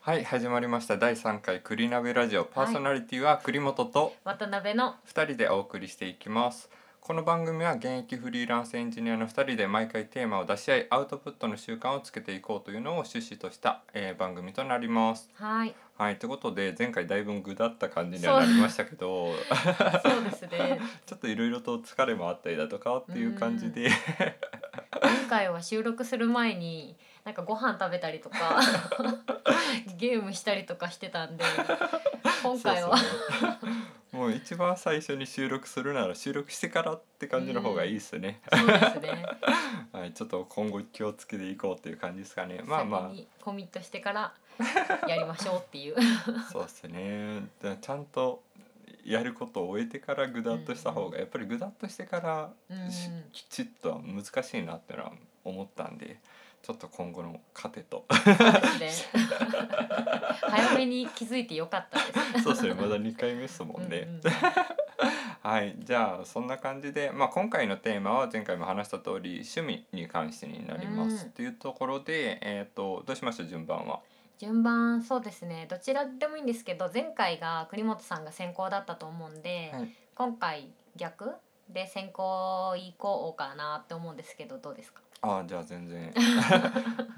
はい始まりました第3回栗鍋ラジオパーソナリティは栗本と渡辺の2人でお送りしていきますこの番組は現役フリーランスエンジニアの2人で毎回テーマを出し合いアウトプットの習慣をつけていこうというのを趣旨とした、えー番組となりますはいはいということで前回だいぶん具だった感じにはなりましたけどそうですね ちょっといろいろと疲れもあったりだとかっていう感じで 今回は収録する前になんかご飯食べたりとか ゲームしたりとかしてたんで今回はそうそう もう一番最初に収録するなら収録してからって感じの方がいいですねそうですねはい、ちょっと今後気をつけていこうっていう感じですかね。 まあま先にコミットしてからやりましょうっていうあ、そうですね。じゃあちゃんとやることを終えてからぐだっとした方が、やっぱりぐだっとしてからうんしきちっとは難しいなってのは思ったんで、ちょっと今後の糧 と、そう ですね早めに気づいてよかったですそうですね。まだ2回目ですもんね。うんうんはい、じゃあそんな感じで、まあ、今回のテーマは前回も話した通り趣味に関してになります。うんというところで、えっ、とどうしましょう順番は。順番そうですねどちらでもいいんですけど前回が栗本さんが先行だったと思うんで、はい今回逆で先行行こうかなって思うんですけどどうですかああじゃあ全 然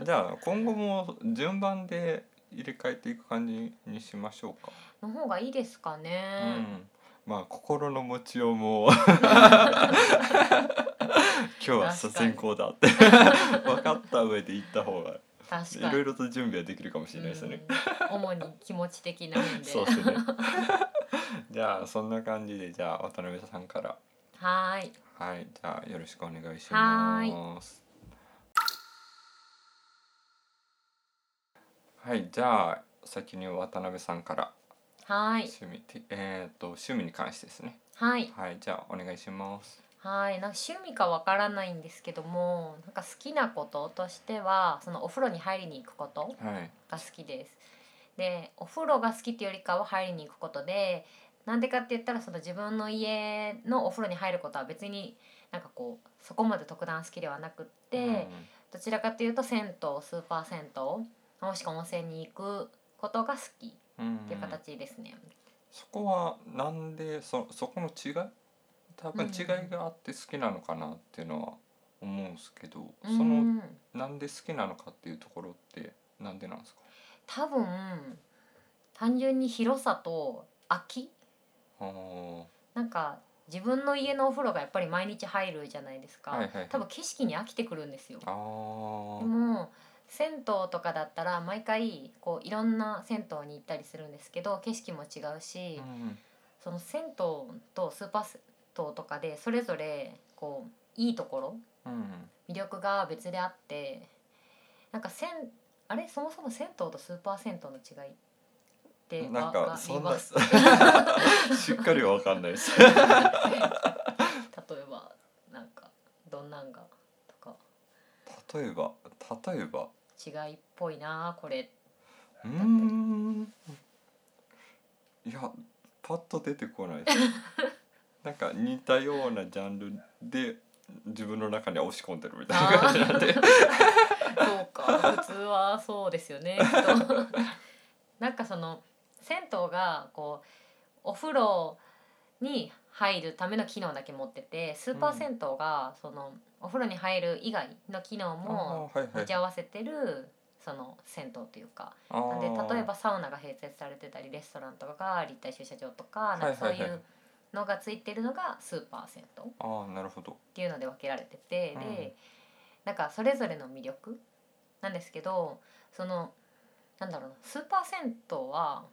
じゃあ今後も順番で入れ替えていく感じにしましょうか、の方がいいですかねう、まあ心の持ちよう も今日は確かに先行だって分かった上で行った方が確いかにろいろと準備はできるかもしれないですね、うん主に気持ち的な面 でそう ですねじゃあそんな感じでじゃあ渡辺さんからはーいはい、じゃあよろしくお願いしはーいます。はい、じゃあ先に渡辺さんからはーい趣味て、えっ、と趣味に関してですね。はいはい、じゃあお願いします。はいなんか趣味かわからないんですけどもなんか好きなこととしてはそのお風呂に入りに行くことはい、が好きです。でお風呂が好きっていうよりかは入りに行くことでなんでかって言ったらその自分の家のお風呂に入ることは別になんかこうそこまで特段好きではなくって、どちらかというと銭湯スーパー銭湯もしくは温泉に行くことが好きっうん、ていううん形ですね。そこはなんでそそこの違い、多分うん違いがあって好きなのかなっていうのは思うんですけど、うそのんなんで好きなのかっていうところってなんでなんですか。多分単純に広さと空きああ、はなんか自分の家のお風呂がやっぱり毎日入るじゃないですか、いはいはい。多分景色に飽きてくるんですよ。あでーも銭湯とかだったら毎回こういろんな銭湯に行ったりするんですけど景色も違うし、うんその銭湯とスーパー銭湯とかでそれぞれこういいところうん魅力が別であってなんか銭あれそもそも銭湯とスーパー銭湯の違いってなんわかそんなります し っかりはわかんないです。例えばなんかどんなんがとか例えば例えば違いっぽいなこれうーんいやパッと出て こないです。なんか似たようなジャンルで自分の中には押し込んでるみたいな感じなんで。そうか普通はそうですよねき っとなんかその銭湯がこうお風呂に入るための機能だけ持っててスーパー銭湯がそのお風呂に入る以外の機 能あもーはいは持いち合わせてるその銭湯というかあなんでー例えばサウナが併設されてたりレストランとかが立体駐車場とかなんかそうはいいはいはいうのがついてるのがスーパー銭湯っあーなるほど。ていうので分けられててで、うんなんかそれぞれの魅力なんですけどそのなんだろうなスーパー銭湯は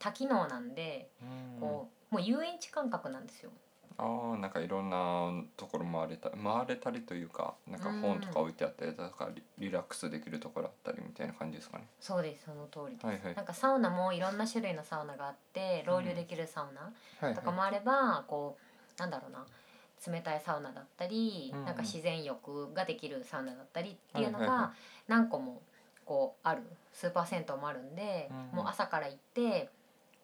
多機能なんでうんこう、もう遊園地感覚なんですよ。ああなんかいろんなところ回れた回れたりというかなんか本とか置いてあったりとかリリラックスできるところあったりみたいな感じですかね。そうですその通りですはいはいなんかサウナもいろんな種類のサウナがあってロウリュできるサウナはいとかはいもあればこうなんだろうな冷たいサウナだったりうんうんなんか自然浴ができるサウナだったりっていうのはいはいはが何個もこうあるスーパー銭湯もあるんでうんうんもう朝から行って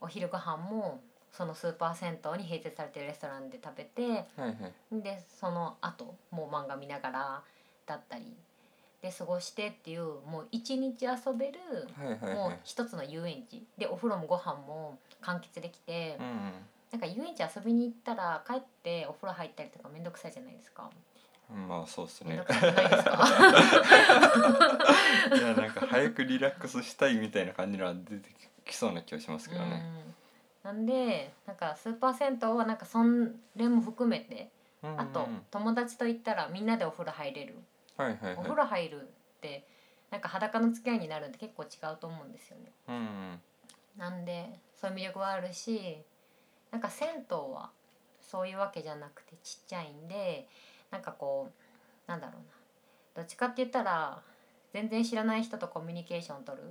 お昼ご飯もそのスーパー銭湯に併設されてるレストランで食べてはいはいでその後もう漫画見ながらだったりで過ごしてっていうもう一日遊べるはいはいもはうい一つの遊園地でお風呂もご飯も完結できてうんなんか遊園地遊びに行ったら帰ってお風呂入ったりとかめんどくさいじゃないですかうんまあそうですめんねどくさくないですか いやなんか早くリラックスしたいみたいな感じのは出てきそうな気がしますけどうね、んなんでなんかスーパー銭湯はなんかそれも含めてうんうんあと友達と行ったらみんなでお風呂入れるはいはいはいお風呂入るってなんか裸の付き合いになるんで結構違うと思うんですよねうんうんなんでそういう魅力はあるしなんか銭湯はそういうわけじゃなくてちっちゃいんでなんかこうなんだろうなどっちかって言ったら全然知らない人とコミュニケーション取る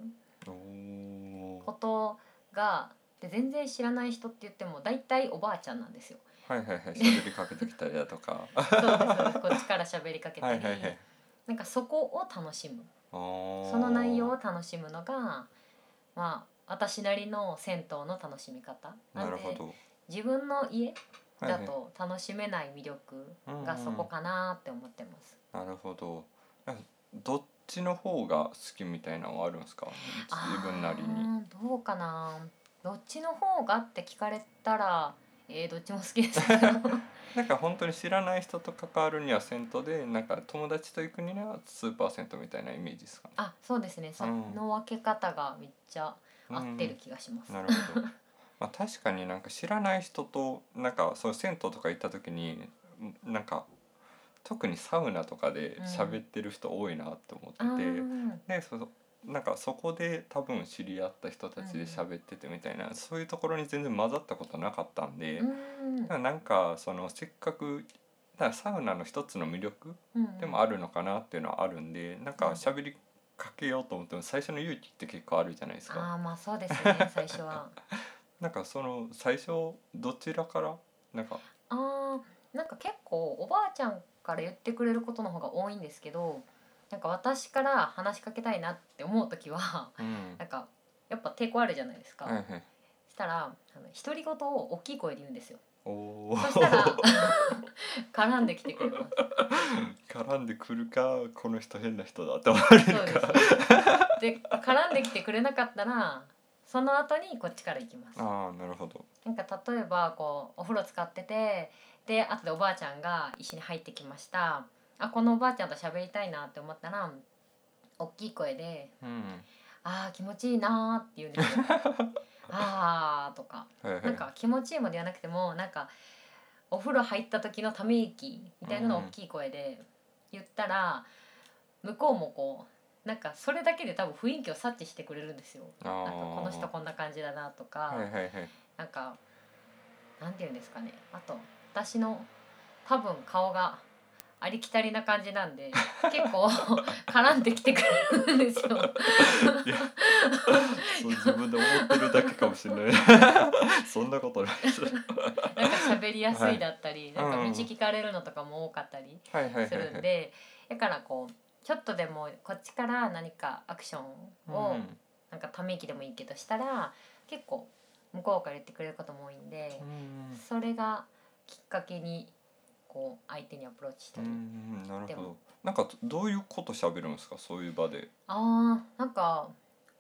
おおことがで全然知らない人って言っても大体おばあちゃんなんですよ。はいはいはい喋りかけてきたりだと かはそうですそうですこっちから喋りかけいたはり、いはいなんかそこを楽しむそその内容を楽しむのがまあ私なりの銭湯の楽しみ方なるんほでど自分の家はいだはいと楽しめない魅力がそこかなって思ってます。なるほどあどっちの方が好きみたいなのはあるんですか自分なりにあーどうかなどっちの方がって聞かれたらえー、どっちも好きですけど なんか本当に知らない人と関わるには銭湯でなんか友達と行くにはスーパー銭湯みたいなイメージですかねあそうですねそうんの分け方がめっちゃうん合ってる気がします。なるほどまあ確かになんか知らない人となんかそう銭湯とか行った時にんなんか特にサウナとかで喋ってる人多いなって思あってて、ーでそなんかそこで多分知り合った人たちで喋っててみたいな、そういうところに全然混ざったことなかったんで、うんだからなんかそのせっかくだからサウナの一つの魅力うんでもあるのかなっていうのはあるんでなんか喋りかけようと思っても最初の勇気って結構あるじゃないですか。あーまあそうですね最 初は。なんかその最初どちらからなんかあーなんか結構おばあちゃんから言ってくれることの方が多いんですけどなんか私から話しかけたいなって思う時はうんなんかやっぱ抵抗あるじゃないですか、はいはいしたらあの独り言を大きい声で言うんですよおおそしたら 絡んできてくれます 絡んでくるかこの人変な人だって思われそるうでかすで絡んできてくれなかったらその後にこっちから行きますああなるほどなんか例えばこうお風呂使っててで後でおばあちゃんが一緒に入ってきましたあこのおばあちゃんと喋りたいなって思ったら大きい声でうん「あー気持ちいいな」って言う んですよ。あーとかはいはいなんか気持ちいいまで言わなくてもなんかお風呂入った時のため息みたいなのをうん大きい声で言ったら向こうもこうなんかそれだけで多分雰囲気を察知してくれるんですよ。あーなんかこの人こんな感じだなとか。はいはいはいなんかなんていうんですかねあと私の多分顔がありきたりな感じなんで 結構絡んできてくれるんですよ。いやそう自分で思ってるだけかもしれ ないそんなことないですはいなんか喋りやすいだったり、はいなんうんか道聞かれるのとかも多かったりはいはいするんで、はいだからこうちょっとでもこっちから何かアクションを、うんなんかため息でもいいけどしたら結構向こうから言ってくれることも多いんで、うんそれがきっかけにこう相手にアプローチしうたり。んなるでほどもなんかどういうこと喋るんですかそういう場であーなんか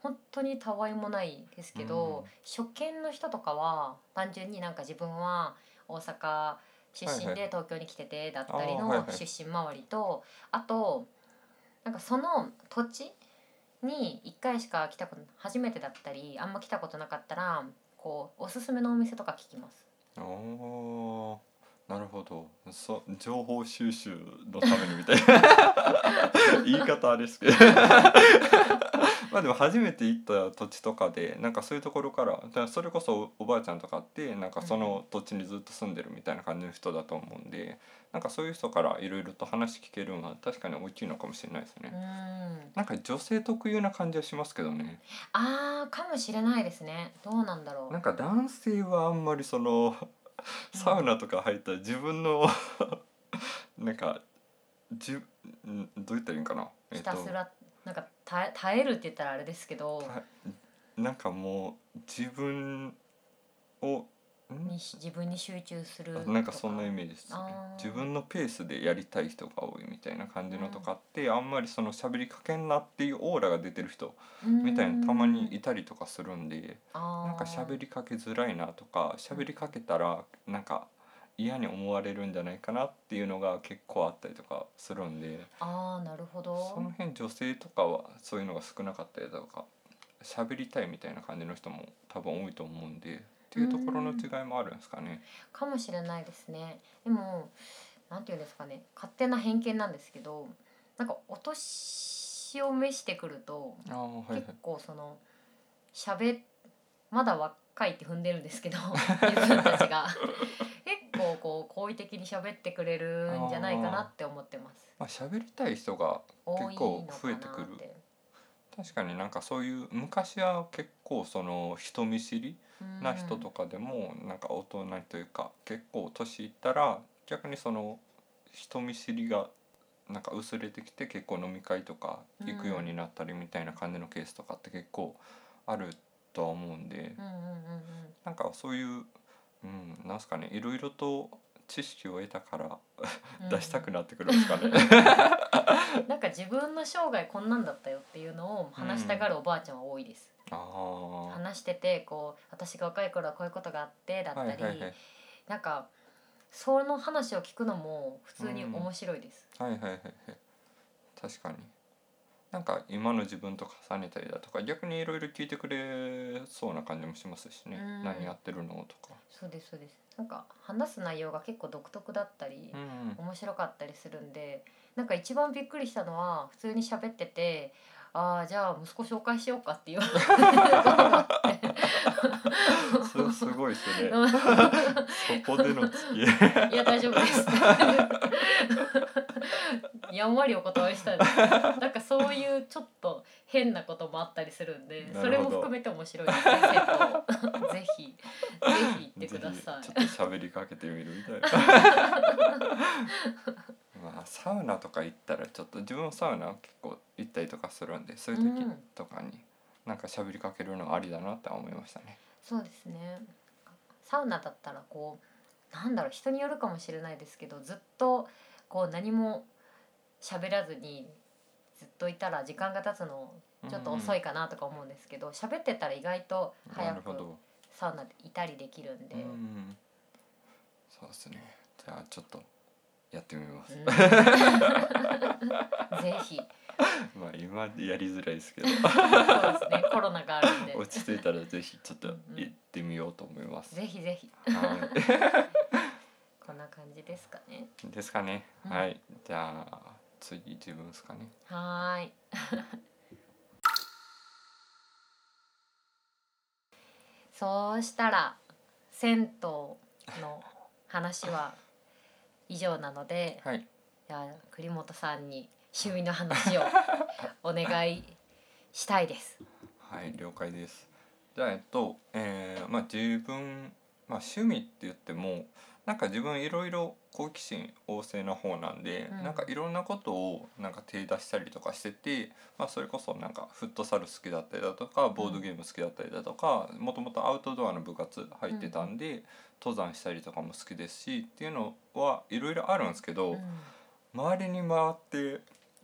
本当にたわいもないですけど、初見の人とかは単純になんか自分は大阪出身はいはで東京に来ててだったりあーはいはのい出身周りとあとなんかその土地に1回しか来たこと初めてだったりあんま来たことなかったらこうおすすめのお店とか聞きます。おおーなるほどそ情報収集のためにみたいな言い方あれですけど まあでも初めて行った土地とかでなんかそういうところからだからそれこそおばあちゃんとかってなんかその土地にずっと住んでるみたいな感じの人だと思うんでなんかそういう人からいろいろと話聞けるのは確かに大きいのかもしれないですうーね。んなんか女性特有な感じはしますけどね。あーかもしれないですねどうなんだろうなんか男性はあんまりそのサウナとか入ったら自分の なんかじゅんどう言ったらいいんかな、えっひとたすらなんか耐え耐えるって言ったらあれですけど。たなんかもう自分をうんにし自分に集中するあなんかそんなイージメージですねあー自分のペースでやりたい人が多いみたいな感じのとかって、あんまりその喋りかけんなっていうオーラが出てる人みたいなたまにいたりとかするんでななんか喋りかけづらいなとか喋りかけたらなんか嫌に思われるんじゃないかなっていうのが結構あったりとかするんであーなるほどその辺女性とかはそういうのが少なかったりとか喋りたいみたいな感じの人も多分多いと思うんでっていうところの違いもあるんですかね。かもしれないですねでもなんていうんですかね勝手な偏見なんですけどなんかお年を召してくるとあーはいはい結構その喋まだ若いって踏んでるんですけど 自分たちが結構こう好意的に喋ってくれるんじゃないかなって思ってますまあ喋りたい人が多いの結構か増なえってくるて確かになんかそういう昔は結構その人見知りな人とかでもなんか大人というか結構年いったら逆にその人見知りがなんか薄れてきて結構飲み会とか行くようになったりみたいな感じのケースとかって結構あるとは思うんでうんうんうんうんなんかそういう、うん、なんすかねいろいろと知識を得たからうん出したくなってくるんですかね。なんか自分の生涯こんなんだったよっていうのを話したがるおばあちゃんは多いです、 あ話しててこう私が若い頃はこういうことがあってだあったり、はいはいはいなんかその話を聞くのも普通に面白いです。はいはいはいはい確かになんか今の自分と重ねたりだとか逆にいろいろ聞いてくれそうな感じもしますしね、うん何やってるのとか、そうですそうです。なんか話す内容が結構独特だったり、うん、面白かったりするんで、なんか一番びっくりしたのは普通に喋ってて。ああじゃあ息子紹介しようかっていうす すごいですねそこでの付き合いいや大丈夫ですやんわりお断りしたんですけどなんかそういうちょっと変なこともあったりするんでなそるれほども含めて面白いですねセットぜひぜひ行ってくださいぜひちょっと喋りかけてみるみたいな まあサウナとか行ったらちょっと自分もサウナ結構行ったりとかするんでそういう時うんとかに、なんか喋りかけるのはありだなって思いましたね。そうですねサウナだったらこうなんだろう人によるかもしれないですけどずっとこう何も喋らずにずっといたら時間が経つのちょっと遅いかなとか思うんですけど喋ってたら意外とうん早なるほくどサウナでいたりできるんで、うんうんそうですねじゃあちょっとやってみます、うんぜひ まあ今やりづらいですけどそうですねコロナがあるんで落ち着いたらぜひちょっとうんうん行ってみようと思います、ぜひぜひはこんな感じですかねい、ですかね、うんはいじゃあ次自分ですかねはーい そうしたら銭湯の話は以上なのではいじゃあ栗本さんに趣味の話をお願いしたいです。はい了解ですじゃあえっとえーまあ自分まあ趣味って言ってもなんか自分いろいろ好奇心旺盛な方なんで、うんなんかいろんなことをなんか手出したりとかしてて、まあ、それこそなんかフットサル好きだったりだとかボードゲーム好きだったりだとかもともとアウトドアの部活入ってたんで、登山したりとかも好きですしっていうのはいろいろあるんですけど、う周りに回って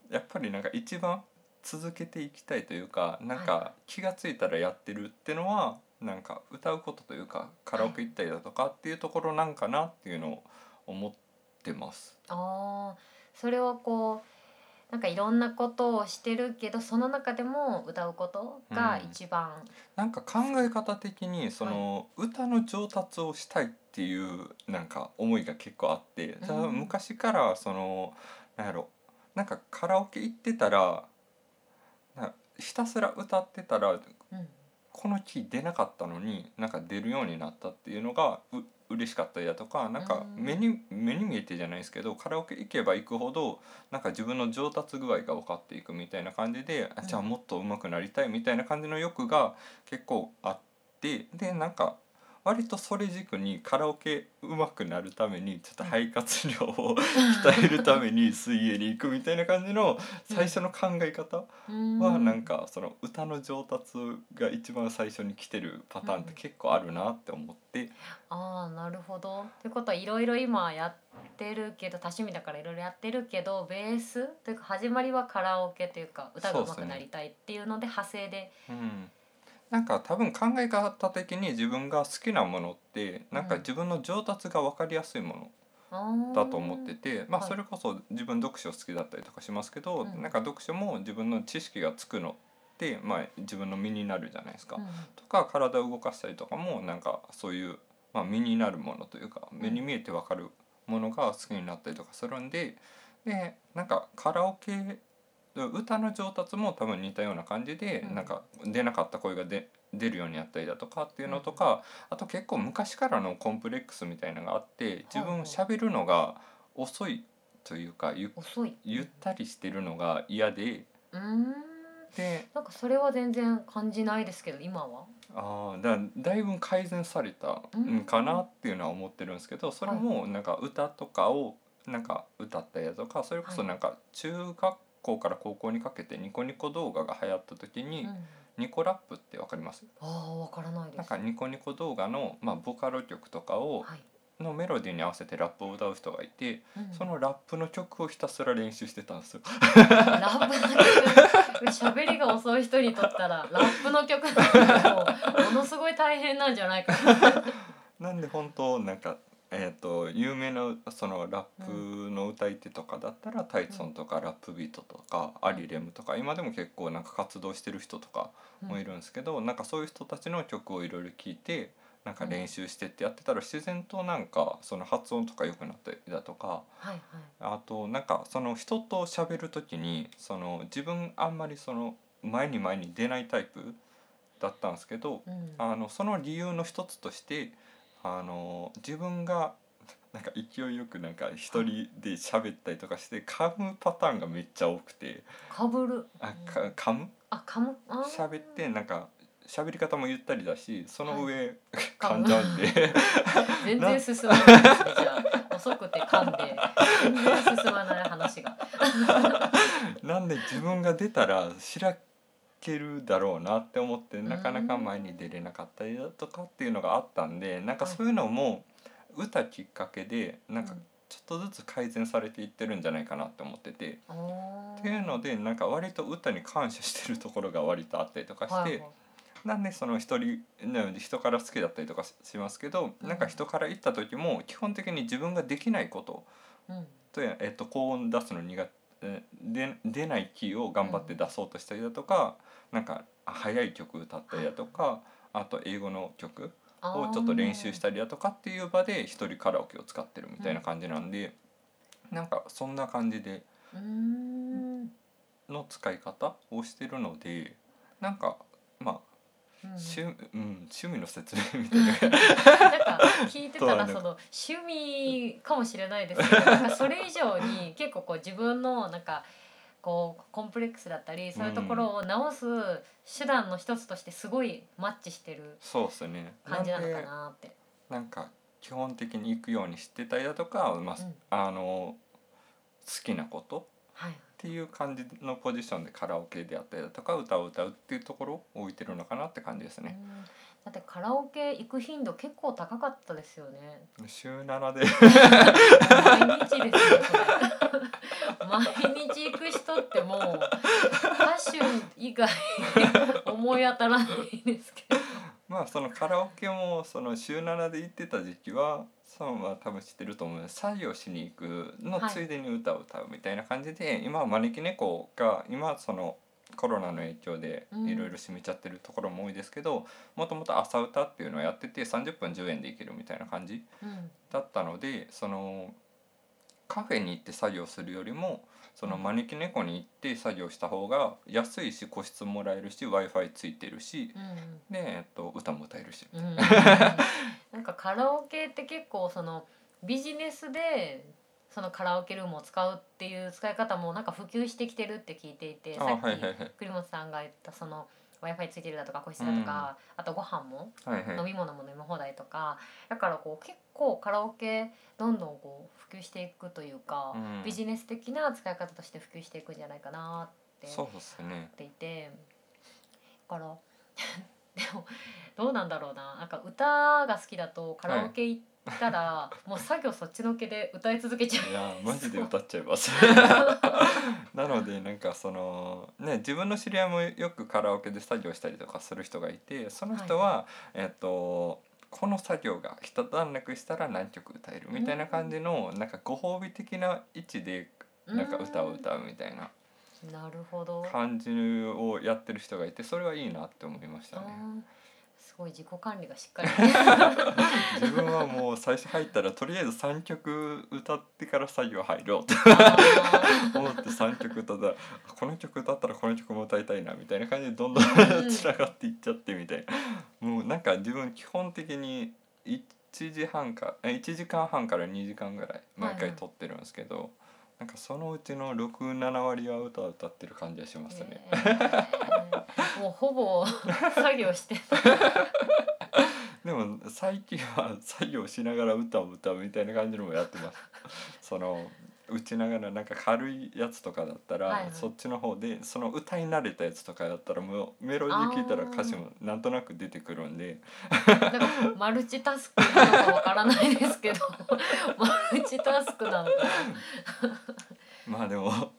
やっぱりなんか一番続けていきたいというかなんかは気がついたらやってるってのはなんか歌うことというかカラオケ行ったりだとかっていうところなんかなっていうのを思ってます。あーそれをこうなんかいろんなことをしてるけどその中でも歌うことが一番、なんか考え方的にその歌の上達をしたいっていうなんか思いが結構あってうん多分昔からそのなんやろなんかカラオケ行ってたらなんかひたすら歌ってたらうんこの木出なかったのになんか出るようになったっていうのがう嬉しかったりだとかなんかうん目に目に見えてじゃないですけどカラオケ行けば行くほどなんか自分の上達具合が分かっていくみたいな感じで、あうんじゃあもっと上手くなりたいみたいな感じの欲が結構あってでなんか割とそれ軸にカラオケ上手くなるためにちょっと肺活量 を鍛えるために水泳に行くみたいな感じの最初の考え方は なんかその歌の上達が一番最初に来てるパターンって結構あるなって思ってああなるほど。ってことはいろいろ今やってるけど多趣味だからいろいろやってるけどベースというか始まりはカラオケというか歌が上手くなりたいっていうので派生で。うん、なんか多分考え方的に自分が好きなものってなんか自分の上達が分かりやすいものだと思ってて、まあ、はいそれこそ自分読書好きだったりとかしますけど、うんなんか読書も自分の知識がつくのって、まあ、自分の身になるじゃないですか。あー。うんとか体を動かしたりとかもなんかそういう、まあ、身になるものというかん目に見えてわかるものが好きになったりとかするんででなんかカラオケ歌の上達も多分似たような感じで、うんなんか出なかった声が出出るようになったりだとかっていうのとか、あと結構昔からのコンプレックスみたいなのがあって自はい分はい喋るのが遅いというかゆ遅い。ゆったりしてるのが嫌でうーん。でなんかそれは全然感じないですけど今は。ああだだいぶ改善されたうんんかなっていうのは思ってるんですけどそれもなんか歌とかをなんか歌ったりだとかそれこそなんか中学校から高校にかけてニコニコ動画が流行った時うにん、あニコラップってわかりますあわからないです。なんかニコニコ動画のまあボカロ曲とかをはい。のメロディーに合わせてラップを歌う人がいてうんそのラップの曲をひたすら練習してたんですよ。ラップの曲喋りが遅い人にとったらラップの曲なんてもうものすごい大変なんじゃないかな。なんで本当なんかえー、と有名なそのラップの歌い手とかだったら、タイツンとかラップビートとか、アリレムとか今でも結構なんか活動してる人とか もいるんですけど、なんかそういう人たちの曲をいろいろ聴いてなんか練習してってやってたら自然となんかその発音とか良くなったりだとかはいはい。あとなんかその人と喋る時にその自分あんまりその前に前に出ないタイプだったんですけど、うん。あのその理由の一つとしてあの自分がなんか勢いよくなんか一人で喋ったりとかして噛むパターンがめっちゃ多くてかぶる。あか噛むあかむ。あー喋ってなんか喋り方もゆったりだしその上、噛噛むんじゃうんで全然進まないですね。じゃあ遅くて噛んで全然進まない話が。 なんで自分が出たらしらけるだろうなって思ってなかなか前に出れなかったりだとかっていうのがあったんでなんかそういうのも歌きっかけで なんかちょっとずつ改善されていってるんじゃないかなって思ってて。うん。おーっていうのでなんか割と歌に感謝してるところが割とあったりとかして、はいはいなんでその一人なので人から好きだったりとかししますけどなんか人から言った時も基本的に自分ができないことうんとや、えっと、高音出すの苦手で出ないキーを頑張って出そうとしたりだとか、なんか速い曲歌ったりだとか、あと英語の曲あーをちょっと練習したりだとかっていう場で一人カラオケを使ってるみたいな感じなんで、なんかそんな感じでうーんうんの使い方をしてるのでなんかまあ趣,、うん趣味の説明みたいな なんか聞いてたらそうなんだその趣味かもしれないですけどなんかそれ以上に結構こう自分のなんかこうコンプレックスだったりそういうところを直す手段の一つとしてすごいマッチしてるそうですね。感じなのかんでなって。なんか基本的に行くようにしてたりだとか、まあうんあの好きなことはい、っていう感じのポジションでカラオケであったりだとか歌を歌うっていうところを置いてるのかなって感じですうんね。だってカラオケ行く頻度結構高かったですよね。週7で毎日ですよそれ毎日行く人ってもう歌手以外思い当たらないですけどまあそのカラオケもその週7で行ってた時期はそのまあ多分知ってると思うので作業しに行くのはいついでに歌を歌うみたいな感じで、今は招き猫が今そのコロナの影響でうんいろいろ閉めちゃってるところも多いですけどもともと朝歌っていうのをやってて30分10円で行けるみたいな感じうんだったのでそのカフェに行って作業するよりもその招き猫に行って作業した方が安いし個室もらえるし w i f i ついてるしうんで、えっと、歌も歌えるし。うんなんかカラオケって結構そのビジネスでそのカラオケルームを使うっていう使い方もなんか普及してきてるって聞いていてあさはいっはいきはい栗本さんが言ったその w i f i ついてるだとか個室だとか、あとご飯もはいはい飲み物も飲み放題とかだからこう結構カラオケどんどんこう普及していくというか、うんビジネス的な使い方として普及していくんじゃないかなってそ思うです ねっていてだから でもどうなんだろうななんか歌が好きだとカラオケ行ったら、 もう作業そっちのけで歌い続けちゃういやーマジで歌っちゃい ますなのでなんかそのね自分の知り合いもよくカラオケで作業したりとかする人がいてその人は、えっ、とこの作業が一段落したら何曲歌えるみたいな感じの、なんかご褒美的な位置でなんか歌を歌うみたいなうんなるほど、感じをやってる人がいてそれはいいなって思いましたね。うんすごい自己管理がしっ かり自分はもう最初入ったらとりあえず3曲歌ってから作業入ろうとあ 思って3曲歌ったらあこの曲歌ったらこの曲も歌いたいなみたいな感じでどんどん んつながっていっちゃってみたいなもうなんか自分基本的に1時半かえ1時間半から2時間ぐらい毎はい回はい撮ってるんですけど、なんかそのうちの67割は歌を歌ってる感じがしますー ね、えーもうほぼ作業してでも最近は作業しながら歌を歌うみたいな感じのもやってますその打ちながらなんか軽いやつとかだったら、はいはいそっちの方でその歌い慣れたやつとかだったらもうメロディー聞いたらあー歌詞もなんとなく出てくるん でなんかマルチタスクなのかわからないで すけどマルチタスクなのかまあでも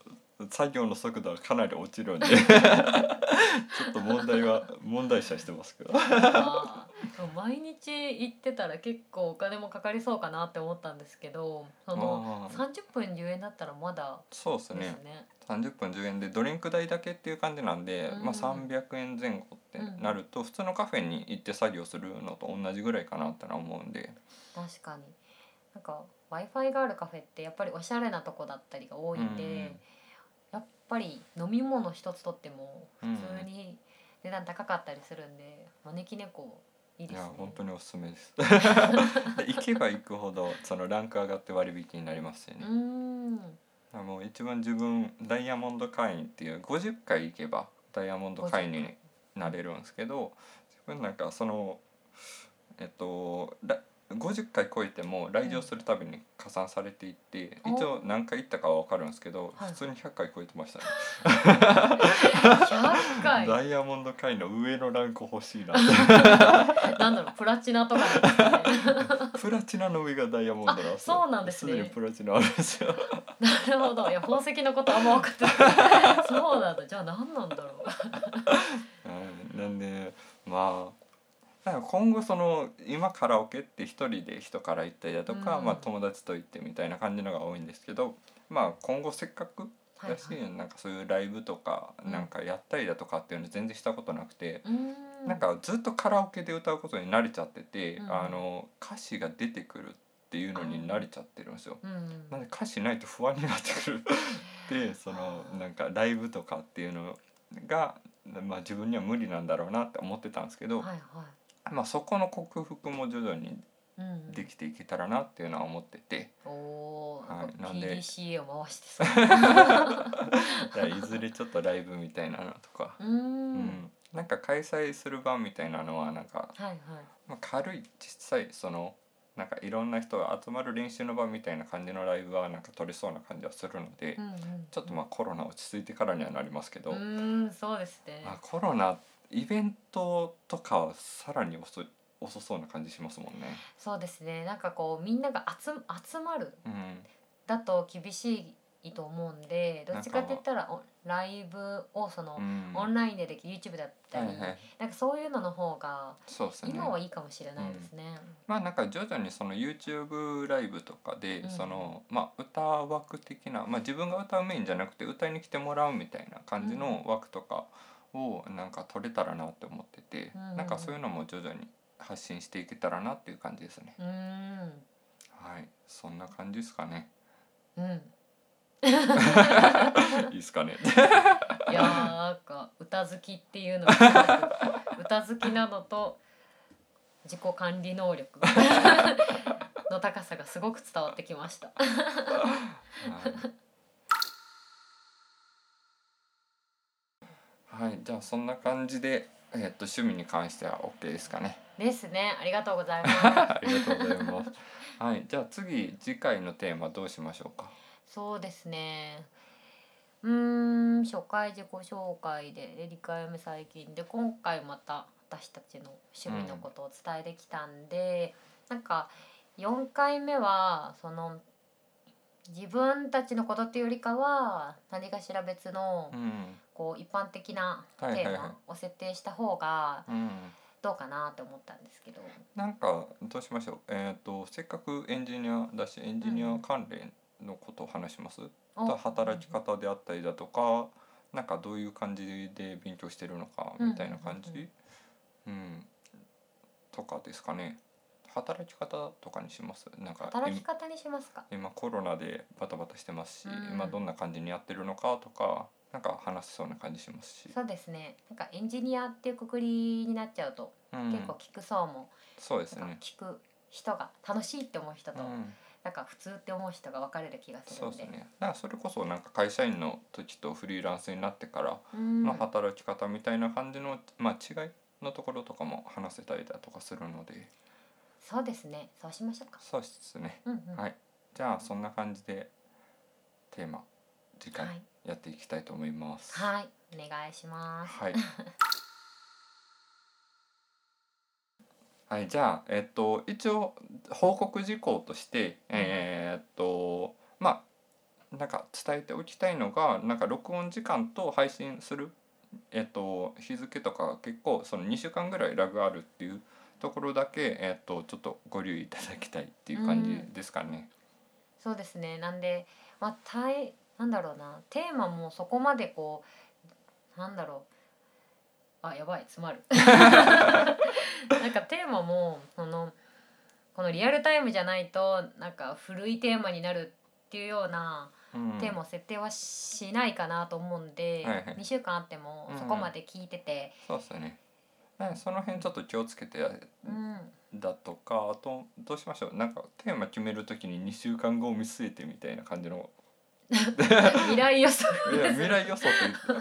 作業の速度はかなり落ち るんでちょっと問題は問題視はしてますけどなでも 毎日行ってたら結構お金もかかりそうかなって思ったんですけどそのあー30分10円だったらまだそうですですねね。 30分10円でドリンク代だけっていう感じなんで、うんまあ、300円前後ってなると普通のカフェに行って作業するのと同じぐらいかなってのは思うんで、確かになんか w i f i があるカフェってやっぱりおしゃれなとこだったりが多いんで、うんやっぱり飲み物一つとってもう普ん通に値段高かったりするんで、招き猫いいいですねや本当におすすめです で行けば行くほどそのランク上がって割引になりますよねう、ーんあもう一番自分ダイヤモンド会員っていう50回行けばダイヤモンド会員になれるんですけど自分なんかそのえっとら50回超えても来場するたびに加算されていって、うん一応何回行ったかは分かるんですけど、はい普通に100回超えてましたね、 100回 ダイヤモンド会員の上のランク欲 しいななんだろうプラチナとかなんですねプラチナの上がダイヤモンドなんですよあそうなんですねでにプラチナあるんですよなるほどいや宝石のことあんま分 かってないそうなんだじゃあ何なんだろううんなんでまあだから今後その今カラオケって一人で人から行ったりだとか、うんまあ、友達と行ってみたいな感じのが多いんですけど、まあ、今後せっかくはいだはいし、なんかそういうライブとかうんなんかやったりだとかっていうの全然したことなくて、うーんなんかずっとカラオケで歌うことに慣れちゃってて、うんあの歌詞が出てくるっていうのに慣れちゃってるんですよ。うんうんなんで歌詞ないと不安になってくるでそのなんかライブとかっていうのが、まあ、自分には無理なんだろうなって思ってたんですけど、はいはいまあ、そこの克服も徐々にうんうんできていけたらなっていうのは思ってて、おー、はいなんで PDCA を回して そだうからいずれちょっとライブみたいなのとか、 うーんうんなんか開催する場みたいなのはなんか、はいはいまあ、軽い小さいそのなんかいろんな人が集まる練習の場みたいな感じのライブはなんか取れそうな感じはするので、うんうんちょっとまあコロナ落ち着いてからにはなりますけど。うーんそうですねあコロナイベントとかはさらに遅い遅そうな感じしますもんね。そうですねなんかこうみんなが集集まるうん、だと厳しいと思うんでどっちかって言ったらおライブをその、うん、オンラインででき YouTube だったはいり、はい、なんかそういうのの方がそうですね。今はいいかもしれないですね。まあなんか徐々にその YouTube ライブとかで、うんそのまあ歌枠的な、まあ、自分が歌うメインじゃなくて歌いに来てもらうみたいな感じの枠とかをなんか取れたらなって思ってて、うんなんかそういうのも徐々に発信していけたらなっていう感じですね。うーんはい、そんな感じですかね。 うんいいですかね。いやーなんか歌好きっていうのがすごく歌好きなのと自己管理能 力の高さがすごく伝わってきました。はいはいじゃあそんな感じで、えっと趣味に関しては OK ですかねですねありがとうございますありがとうございます はいじゃあ次次回のテーマどうしましょうかそうですねうーん初回自己紹介でで2回目最近で今回また私たちの趣味のことを伝えてきたんで、なんか4回目はその自分たちのことっていうよりかは何かしら別のうんこう一般的なテはいーはいはいマを設定した方がうんどうかなと思ったんですけど、なんかどうしましょうえっ、とせっかくエンジニアだしエンジニア関連のことを話します、お働き方であったりだとかなんかどういう感じで勉強してるのかみたいな感うんうんじ、うん、とかですかね働き方とかにしますなんか働き今方にしますか今コロナでバタバタしてますし、うん今どんな感じにやってるのかとかなんか話せそうな感じしますし、そうですねなんかエンジニアっていうくくりになっちゃうとうん、結構聞く層も、そうですなんかね、聞く人が楽しいって思う人うと、ん、なんか普通って思う人が分かれる気がすそるうんですでねだからそれこそなんか会社員の時とフリーランスになってからうんの働き方みたいな感じの、まあ、違いのところとかも話せたりだとかするので。そうですねそうしましょうか、そうですね。うんうんはいじゃあそんな感じでテーマ次は回いやっていきたいと思います。はいお願いしますはい。はい、じゃあえっと一応報告事項としてえーっとまあなんか伝えておきたいのがなんか録音時間と配信するえっと日付とか結構その2週間ぐらいラグあるっていうところだけえっとちょっとご留意いただきたいっていう感じですかね。そうですねなんでまあ大なんだろうなテーマもそこまでこうなんだろうあやばい詰 まるなんかテーマもそのこのリアルタイムじゃないとなんか古いテーマになるっていうようなうんテーマを設定はしないかなと思うんで、はいはい2週間あってもうんうんそこまで聞いてて、そうですね。ねその辺ちょっと気をつけてうんだとかあとどうしましょうなんかテーマ決めるときに2週間後を見据えてみたいな感じの未来予測いや未来予測っ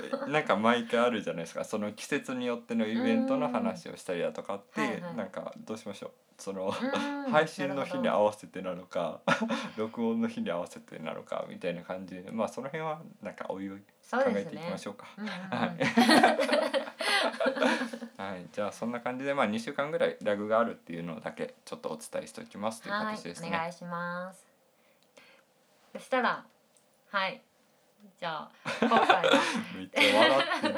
て なんか毎回あるじゃないですかその季節によってのイベントの話をしたりだとかっうんはいてはいなんかどうしましょうそのうん 配信の日にな合るわせてなのか 録音の日に合わせてなのかみたいな感じでまあその辺はなんかおいおいほ考どそえうですていねきましょうか。うんうんうんはいはい、じゃあそんな感じでまあ2週間ぐらいラグがあるっていうのだけちょっとお伝えしておきますというはい形です、おね。願いします。そしたら、はい、じゃあ今回はめっちゃ笑ってる。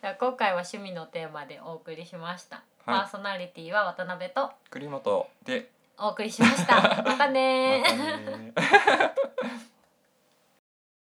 じゃあ今回は趣味のテーマでお送りしました。パはいーソナリティは渡辺と栗本で、 お送りしました。またまねー。たね